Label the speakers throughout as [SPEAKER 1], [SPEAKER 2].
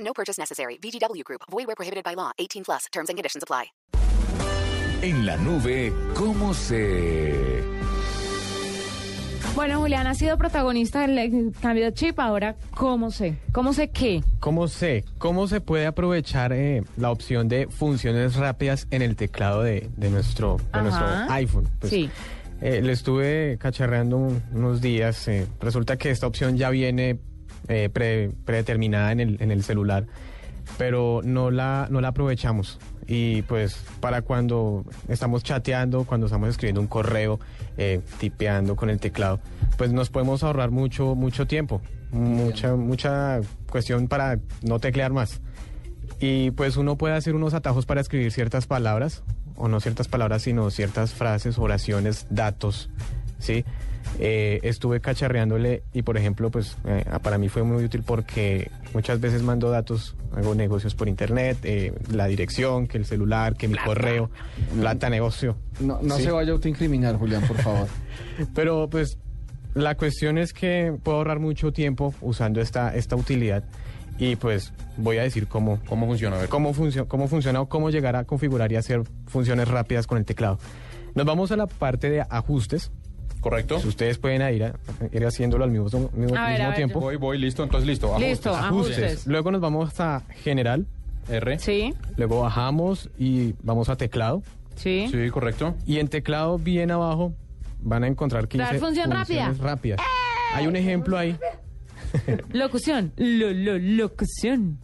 [SPEAKER 1] No purchase necessary. VGW Group. Void where prohibited by law. 18 plus. Terms and conditions apply.
[SPEAKER 2] En la nube, ¿cómo se...?
[SPEAKER 3] Bueno, Julián ha sido protagonista del ex- cambio de chip. Ahora, ¿cómo sé? ¿Cómo sé qué?
[SPEAKER 4] ¿Cómo sé? ¿Cómo se puede aprovechar eh, la opción de funciones rápidas en el teclado de, de nuestro, de
[SPEAKER 3] Ajá.
[SPEAKER 4] nuestro iPhone? Pues,
[SPEAKER 3] Sí.
[SPEAKER 4] eh, le estuve cacharreando un- unos días. eh, resulta que esta opción ya viene eh, pre- predeterminada en el, en el celular, pero no la, no la aprovechamos. Y pues para cuando estamos chateando, cuando estamos escribiendo un correo, eh, tipeando con el teclado, pues nos podemos ahorrar mucho, mucho tiempo, mucha, mucha cuestión para no teclear más. Y pues uno puede hacer unos atajos para escribir ciertas palabras, o no ciertas palabras, sino ciertas frases, oraciones, datos, ¿sí? Eh, estuve cacharreándole y, por ejemplo, pues eh, para mí fue muy útil porque muchas veces mando datos, hago negocios por internet, eh, la dirección, que el celular, que mi correo, plata, negocio.
[SPEAKER 5] No, no
[SPEAKER 4] ¿sí?
[SPEAKER 5] se vaya a autoincriminar, Julián, por favor.
[SPEAKER 4] Pero pues la cuestión es que puedo ahorrar mucho tiempo usando esta, esta utilidad y pues voy a decir cómo,
[SPEAKER 6] ¿Cómo funciona? A ver.
[SPEAKER 4] cómo, funcio- cómo funciona o cómo llegar a configurar y hacer funciones rápidas con el teclado. Nos vamos a la parte de ajustes.
[SPEAKER 6] ¿Correcto?
[SPEAKER 4] Si ustedes pueden ir, a- ir haciéndolo al mismo, mismo-
[SPEAKER 3] A ver,
[SPEAKER 4] mismo
[SPEAKER 3] a ver,
[SPEAKER 4] tiempo.
[SPEAKER 6] Voy, voy, listo, entonces listo. Ajustes.
[SPEAKER 3] Listo, ajustes.
[SPEAKER 4] Luego nos vamos a general,
[SPEAKER 6] R.
[SPEAKER 3] Sí,
[SPEAKER 4] luego bajamos y vamos a teclado.
[SPEAKER 3] sí.
[SPEAKER 6] Sí, correcto.
[SPEAKER 4] Y en teclado bien abajo van a encontrar 15
[SPEAKER 3] Dar función rápida. ¡Eh!
[SPEAKER 4] funciones rápidas. Hay un ejemplo ahí.
[SPEAKER 3] Locución. Lo, lo, locución.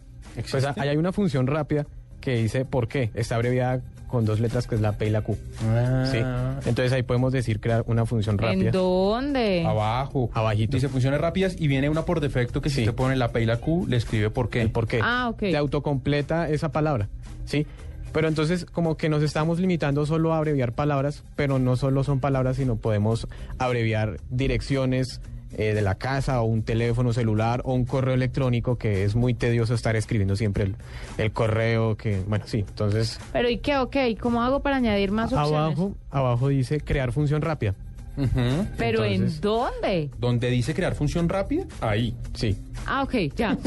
[SPEAKER 4] Pues ahí hay una función rápida que dice por qué. Está abreviada con dos letras que es la P y la Q.
[SPEAKER 6] Ah.
[SPEAKER 4] Sí. Entonces ahí podemos decir crear una función rápida.
[SPEAKER 3] ¿En dónde?
[SPEAKER 6] Abajo.
[SPEAKER 4] Abajito.
[SPEAKER 6] Dice funciones rápidas y viene una por defecto que si
[SPEAKER 4] Sí.
[SPEAKER 6] usted pone la P y la Q, le escribe por qué.
[SPEAKER 4] el por qué.
[SPEAKER 3] Ah, ok.
[SPEAKER 4] Te autocompleta esa palabra. Sí. Pero entonces como que nos estamos limitando solo a abreviar palabras, pero no solo son palabras, sino podemos abreviar direcciones eh, de la casa o un teléfono celular o un correo electrónico que es muy tedioso estar escribiendo siempre el, el correo que, bueno, sí, entonces
[SPEAKER 3] Pero ¿y qué? Ok, ¿cómo hago para añadir más opciones?
[SPEAKER 4] abajo, abajo dice crear función rápida.
[SPEAKER 6] Ujú.
[SPEAKER 3] ¿Pero en
[SPEAKER 4] entonces-
[SPEAKER 3] dónde?
[SPEAKER 6] Donde dice crear función rápida, ahí.
[SPEAKER 4] Sí.
[SPEAKER 3] Ah, ok, ya.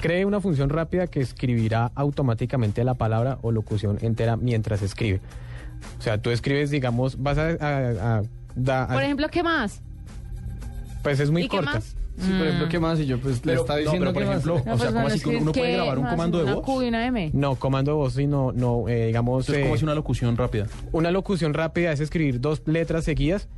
[SPEAKER 4] Cree una función rápida que escribirá automáticamente la palabra o locución entera mientras escribe. O sea, tú escribes, digamos, vas a... a- a- da- a-
[SPEAKER 3] Por ejemplo, ¿qué más?
[SPEAKER 4] pues es muy
[SPEAKER 3] ¿Y qué
[SPEAKER 4] corta.
[SPEAKER 3] más?
[SPEAKER 5] Sí, por ejemplo, ¿qué más? Y yo, pues, le
[SPEAKER 6] Pero-
[SPEAKER 5] está
[SPEAKER 6] no,
[SPEAKER 5] diciendo
[SPEAKER 6] pero, por
[SPEAKER 5] qué
[SPEAKER 6] ejemplo,
[SPEAKER 5] más.
[SPEAKER 6] O sea, ¿cómo así que uno- uno puede grabar un comando de
[SPEAKER 3] una
[SPEAKER 6] voz?
[SPEAKER 3] Una Q y una M.
[SPEAKER 4] No, comando voz, sino, no, eh, digamos...
[SPEAKER 6] Entonces,
[SPEAKER 4] eh,
[SPEAKER 6] ¿cómo hace una locución rápida?
[SPEAKER 4] Una locución rápida es escribir dos letras seguidas,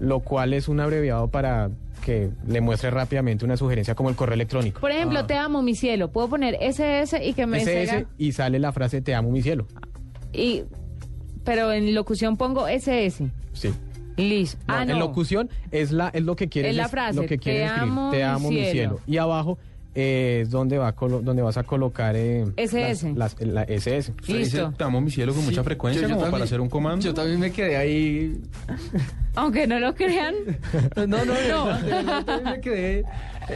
[SPEAKER 4] lo cual es un abreviado para que le muestre rápidamente una sugerencia como el correo electrónico.
[SPEAKER 3] Por ejemplo,
[SPEAKER 6] Ah.
[SPEAKER 3] te amo, mi cielo. Puedo poner SS y que me
[SPEAKER 4] SS
[SPEAKER 3] salga-
[SPEAKER 4] y sale la frase te amo mi cielo.
[SPEAKER 3] Y, pero en locución pongo SS.
[SPEAKER 4] Sí.
[SPEAKER 3] Listo.
[SPEAKER 4] No,
[SPEAKER 3] ah, no.
[SPEAKER 4] En locución es la es lo que quieres
[SPEAKER 3] Es la
[SPEAKER 4] es-
[SPEAKER 3] frase,
[SPEAKER 4] lo que
[SPEAKER 3] "Te
[SPEAKER 4] quieres escribir,
[SPEAKER 3] amo,
[SPEAKER 4] te
[SPEAKER 3] mi
[SPEAKER 4] amo mi
[SPEAKER 3] cielo".
[SPEAKER 4] cielo. Y abajo eh, es donde va a colo- donde vas a colocar eh,
[SPEAKER 3] SS.
[SPEAKER 4] las- las- la SS.
[SPEAKER 6] O sea, dice,
[SPEAKER 3] Listo.
[SPEAKER 6] te amo mi cielo con mucha frecuencia
[SPEAKER 5] Yo- yo
[SPEAKER 6] como para
[SPEAKER 5] también-
[SPEAKER 6] hacer un comando.
[SPEAKER 5] Yo también me quedé ahí.
[SPEAKER 3] Aunque no lo crean.
[SPEAKER 5] No, no, no. Yo también me quedé.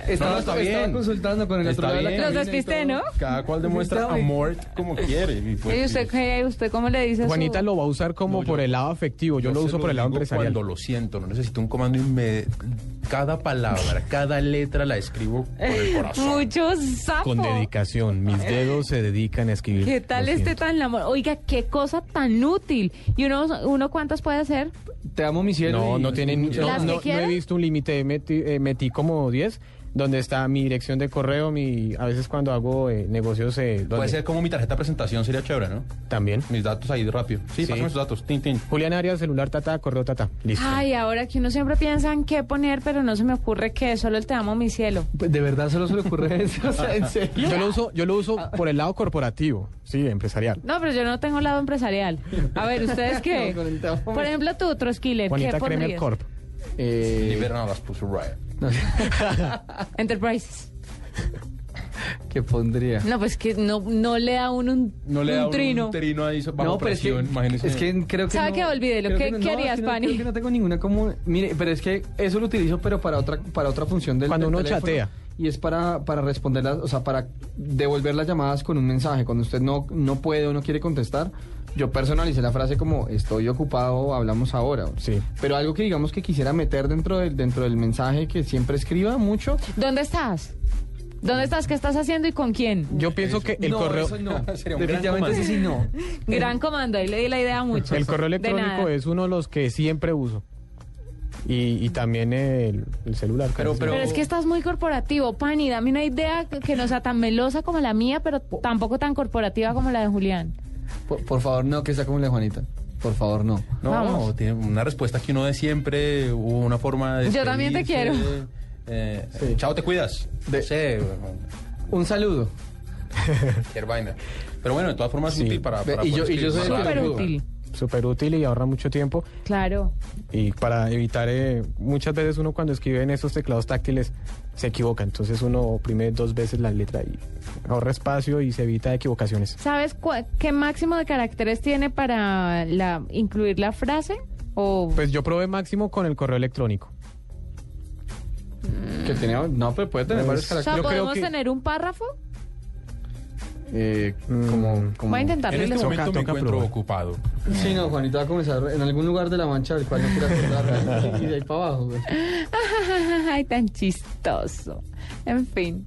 [SPEAKER 5] Estaba,
[SPEAKER 6] No, no, está bien.
[SPEAKER 5] estaba consultando con el
[SPEAKER 6] Está
[SPEAKER 5] otro lado de
[SPEAKER 6] bien.
[SPEAKER 5] la
[SPEAKER 3] Los
[SPEAKER 5] cabina y
[SPEAKER 3] despisté,
[SPEAKER 5] todo.
[SPEAKER 3] ¿no?
[SPEAKER 6] Cada cual demuestra
[SPEAKER 5] Está bien.
[SPEAKER 6] amor como quiere. Y pues,
[SPEAKER 3] ¿Y usted,
[SPEAKER 6] sí.
[SPEAKER 3] qué, usted cómo le dice a su-
[SPEAKER 4] Juanita lo va a usar como
[SPEAKER 6] No, yo-
[SPEAKER 4] por el lado afectivo, yo, lo
[SPEAKER 6] se
[SPEAKER 4] uso por el lado
[SPEAKER 6] digo
[SPEAKER 4] empresarial.
[SPEAKER 6] Cuando lo siento, no necesito un comando inmediato. Cada palabra, cada letra la escribo con el corazón.
[SPEAKER 3] Muchos sapos.
[SPEAKER 4] Con dedicación, mis dedos se dedican a escribir.
[SPEAKER 3] ¿Qué tal
[SPEAKER 4] lo
[SPEAKER 3] este
[SPEAKER 4] siento.
[SPEAKER 3] tan amor? Oiga, qué cosa tan útil. ¿Y uno, uno cuántas puede hacer?
[SPEAKER 5] Te amo, mi cielo.
[SPEAKER 4] No,
[SPEAKER 5] y-
[SPEAKER 4] no tienen no,
[SPEAKER 3] ¿Las que
[SPEAKER 4] no- no he
[SPEAKER 3] quieran?
[SPEAKER 4] visto un límite, metí, eh, metí como 10 donde está mi dirección de correo, mi a veces cuando hago eh, negocios eh,
[SPEAKER 6] Puede
[SPEAKER 4] donde-
[SPEAKER 6] ser como mi tarjeta de presentación, sería chévere, ¿no?
[SPEAKER 4] también.
[SPEAKER 6] Mis datos ahí rápido. Sí,
[SPEAKER 4] Sí.
[SPEAKER 6] pásame sus datos. Tin, tin.
[SPEAKER 4] Julián Arias, celular tata, correo tata. Listo.
[SPEAKER 3] Ay, ahora que uno siempre piensa en qué poner, pero no se me ocurre que solo el te amo mi cielo.
[SPEAKER 5] Pues, De verdad solo se le ocurre eso. O sea, en serio.
[SPEAKER 4] Yo lo uso, yo lo uso por el lado corporativo, sí, empresarial.
[SPEAKER 3] No, pero yo no tengo lado empresarial. A ver, ¿ustedes qué?
[SPEAKER 5] No, con el te amo.
[SPEAKER 3] Por ejemplo, tú, Troskiller, ¿qué
[SPEAKER 4] Juanita Kremer
[SPEAKER 3] pondrías?
[SPEAKER 4] Corp.
[SPEAKER 5] Eh,
[SPEAKER 6] Liberan a las puso Riot.
[SPEAKER 3] Enterprises.
[SPEAKER 7] ¿Qué pondría?
[SPEAKER 3] No, pues que no, no le da uno un,
[SPEAKER 6] No le
[SPEAKER 3] un
[SPEAKER 6] da un-
[SPEAKER 3] trino.
[SPEAKER 6] un trino ahí so- bajo
[SPEAKER 7] no, pero
[SPEAKER 6] presión,
[SPEAKER 7] es que,
[SPEAKER 6] imagínese.
[SPEAKER 7] Es que creo que
[SPEAKER 3] ¿Sabe
[SPEAKER 7] no-
[SPEAKER 3] qué? Olvídelo.
[SPEAKER 5] Creo
[SPEAKER 3] ¿Qué,
[SPEAKER 5] que no,
[SPEAKER 3] qué
[SPEAKER 5] es que
[SPEAKER 3] harías,
[SPEAKER 5] no-
[SPEAKER 3] Pani?
[SPEAKER 5] Creo que no tengo ninguna común. Mire, pero es que eso lo utilizo, pero para otra, para otra función del
[SPEAKER 4] Cuando
[SPEAKER 5] del
[SPEAKER 4] uno
[SPEAKER 5] teléfono,
[SPEAKER 4] chatea.
[SPEAKER 5] Y es para, para responder las, o sea, para devolver las llamadas con un mensaje. Cuando usted no, no puede o no quiere contestar, yo personalicé la frase como estoy ocupado, hablamos ahora.
[SPEAKER 4] Sí.
[SPEAKER 5] Pero algo que digamos que quisiera meter dentro del, dentro del mensaje que siempre escriba mucho.
[SPEAKER 3] ¿Dónde estás? ¿Dónde estás? ¿Qué estás haciendo y con quién?
[SPEAKER 4] Yo pienso que el
[SPEAKER 5] no,
[SPEAKER 4] correo...
[SPEAKER 5] eso no.
[SPEAKER 6] Sería un gran
[SPEAKER 5] Definitivamente
[SPEAKER 6] comando.
[SPEAKER 5] ese sí no.
[SPEAKER 3] Gran comando, ahí le di la idea mucho.
[SPEAKER 4] El correo
[SPEAKER 3] De
[SPEAKER 4] electrónico
[SPEAKER 3] nada.
[SPEAKER 4] es uno de los que siempre uso. Y, y también el, el celular.
[SPEAKER 6] Pero-
[SPEAKER 4] casi
[SPEAKER 6] pero-
[SPEAKER 3] Pero es que estás muy corporativo, Pani. Dame una idea que- que no sea tan melosa como la mía, pero tampoco tan corporativa como la de Julián.
[SPEAKER 5] Por, por favor, no, que sea como la de Juanita. Por favor, no.
[SPEAKER 6] No,
[SPEAKER 3] Vamos.
[SPEAKER 6] tiene una respuesta que uno de siempre, hubo una forma de.
[SPEAKER 3] Yo también te
[SPEAKER 6] despedirse,
[SPEAKER 3] quiero.
[SPEAKER 6] eh, Chao, te cuidas.
[SPEAKER 5] De-
[SPEAKER 6] Sí, bueno,
[SPEAKER 5] Un saludo.
[SPEAKER 6] cualquier vaina. Pero bueno, de todas formas es
[SPEAKER 4] Sí.
[SPEAKER 6] útil para.
[SPEAKER 5] Ve,
[SPEAKER 6] para
[SPEAKER 5] y yo-
[SPEAKER 6] poder
[SPEAKER 5] y yo
[SPEAKER 6] escribir
[SPEAKER 5] soy
[SPEAKER 6] más
[SPEAKER 5] el que-
[SPEAKER 3] Súper
[SPEAKER 6] rápido.
[SPEAKER 3] útil.
[SPEAKER 4] Súper útil y ahorra mucho tiempo.
[SPEAKER 3] Claro.
[SPEAKER 4] Y para evitar, eh, muchas veces uno cuando escribe en esos teclados táctiles se equivoca. Entonces uno oprime dos veces la letra y ahorra espacio y se evita equivocaciones.
[SPEAKER 3] ¿Sabes cua- qué máximo de caracteres tiene para la, incluir la frase? O
[SPEAKER 4] Pues yo probé máximo con el correo electrónico.
[SPEAKER 5] Que tiene, no, pero puede tener
[SPEAKER 4] Es-
[SPEAKER 5] varios
[SPEAKER 3] o sea,
[SPEAKER 5] caracteres.
[SPEAKER 4] yo creo
[SPEAKER 3] ¿podemos
[SPEAKER 4] que-
[SPEAKER 3] tener un párrafo?
[SPEAKER 5] Eh,
[SPEAKER 4] Mm.
[SPEAKER 5] como, como...
[SPEAKER 3] Voy a intentar.
[SPEAKER 6] En este
[SPEAKER 3] Toca-
[SPEAKER 6] momento me
[SPEAKER 4] toca
[SPEAKER 6] encuentro
[SPEAKER 4] probar.
[SPEAKER 6] ocupado.
[SPEAKER 5] Sí, no, Juanita va a comenzar en algún lugar de la mancha del cual no quiera acordar. y de ahí para abajo. güey.
[SPEAKER 3] Ay, tan chistoso. En fin.